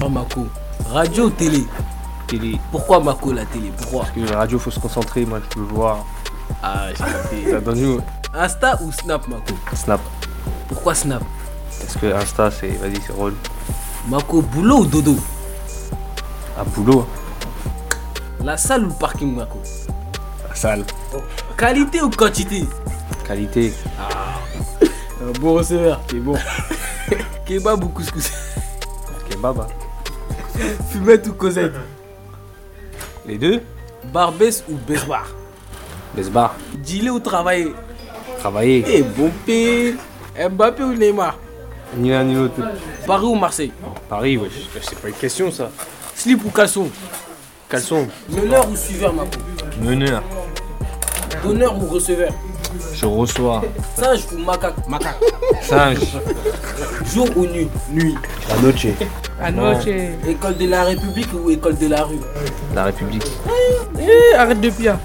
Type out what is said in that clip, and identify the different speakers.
Speaker 1: Non, Mako. Radio ou télé
Speaker 2: Télé.
Speaker 1: Pourquoi Mako la télé Pourquoi
Speaker 2: Parce que la radio, faut se concentrer. Moi, je peux voir. Bah,
Speaker 1: Ah, j'ai
Speaker 2: T'as
Speaker 1: capté.
Speaker 2: entendu
Speaker 1: Insta ou Snap, Mako
Speaker 2: Snap.
Speaker 1: Pourquoi Snap
Speaker 2: Parce que Insta, c'est. Vas-y, c'est rôle.
Speaker 1: Mako, boulot ou dodo
Speaker 2: À boulot.
Speaker 1: La salle ou le parking, Mako
Speaker 2: La salle.
Speaker 1: Qualité ou quantité
Speaker 2: Qualité.
Speaker 1: Un bon receveur.
Speaker 2: C'est bon.
Speaker 1: Kebab ou couscous
Speaker 2: Kebab. hein.
Speaker 1: Fumette ou Cosette
Speaker 2: Les deux
Speaker 1: Barbès ou Berbar
Speaker 2: Besbar.
Speaker 1: Gilet ou travailler
Speaker 2: Travailler.
Speaker 1: Eh, bon pé Mbappé ou Neymar
Speaker 2: Ni l'un ni l'autre.
Speaker 1: Paris ou Marseille
Speaker 2: Paris, wesh. Bah, C'est pas une question, ça.
Speaker 1: Slip ou caleçon
Speaker 2: Caleçon.
Speaker 1: Meneur ou suiveur, Mako
Speaker 2: Meneur.
Speaker 1: Donneur ou receveur
Speaker 2: Je reçois.
Speaker 1: Singe ou macaque Macaque.
Speaker 2: Singe.
Speaker 1: Jour ou nuit Nuit.
Speaker 2: La noche.
Speaker 3: Anoche.
Speaker 1: École de la République ou école de la rue
Speaker 2: La République.
Speaker 3: Eh, arrête de pire.